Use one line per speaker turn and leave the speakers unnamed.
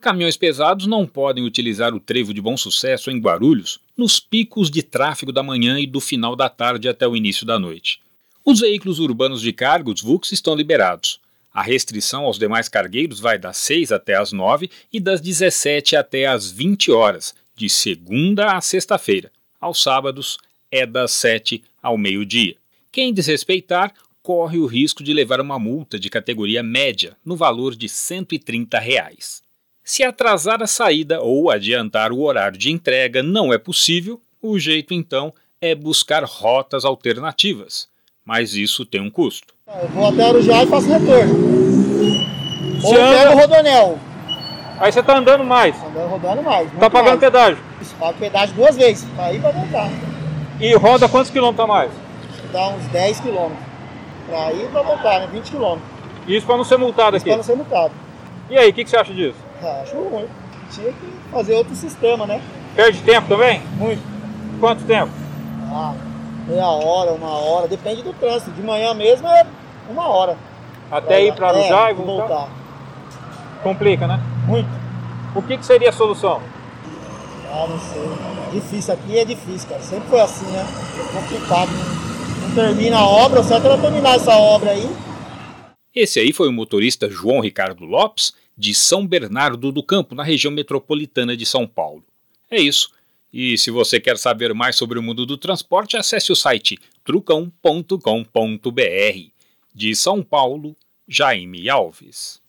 Caminhões pesados não podem utilizar o trevo de bom sucesso em Guarulhos nos picos de tráfego da manhã e do final da tarde até o início da noite. Os veículos urbanos de carga, os VUCs, estão liberados. A restrição aos demais cargueiros vai das 6 até as 9 e das 17 até as 20 horas, de segunda a sexta-feira. Aos sábados é das 7 ao meio-dia. Quem desrespeitar corre o risco de levar uma multa de categoria média no valor de R$ 130. Reais. Se atrasar a saída ou adiantar o horário de entrega não é possível, o jeito então é buscar rotas alternativas. Mas isso tem um custo.
Então, Eu vou até Arujá e faço retorno. Ou eu pego o Rodonel.
Aí você tá andando mais.
Andando rodando mais.
Tá pagando
pedagem.
pedágio.
Pago pedágio duas vezes, pra ir e pra voltar.
E roda quantos quilômetros a mais?
Dá uns 10 quilômetros. Pra ir e pra voltar, né? 20 quilômetros.
Isso pra não ser multado
Isso
aqui.
pra não ser multado.
E aí, o que, que você acha disso?
Ah, Acho ruim. Tinha que fazer outro sistema, né?
Perde tempo também?
Muito.
Quanto tempo?
Ah, meia hora, uma hora, depende do trânsito. De manhã mesmo é uma hora.
Até ir pra Arujá
é,
e voltar? Complica, né?
Muito.
O que, que seria a solução?
Ah, não sei. Difícil aqui é difícil, cara. Sempre foi assim, né? Complicado. né? Não termina a obra, o certo era terminar essa obra aí.
Esse aí foi o motorista João Ricardo Lopes, de São Bernardo do Campo, na região metropolitana de São Paulo. É isso. E se você quer saber mais sobre o mundo do transporte, acesse o site trucão.com.br. De São Paulo, Jaime Alves.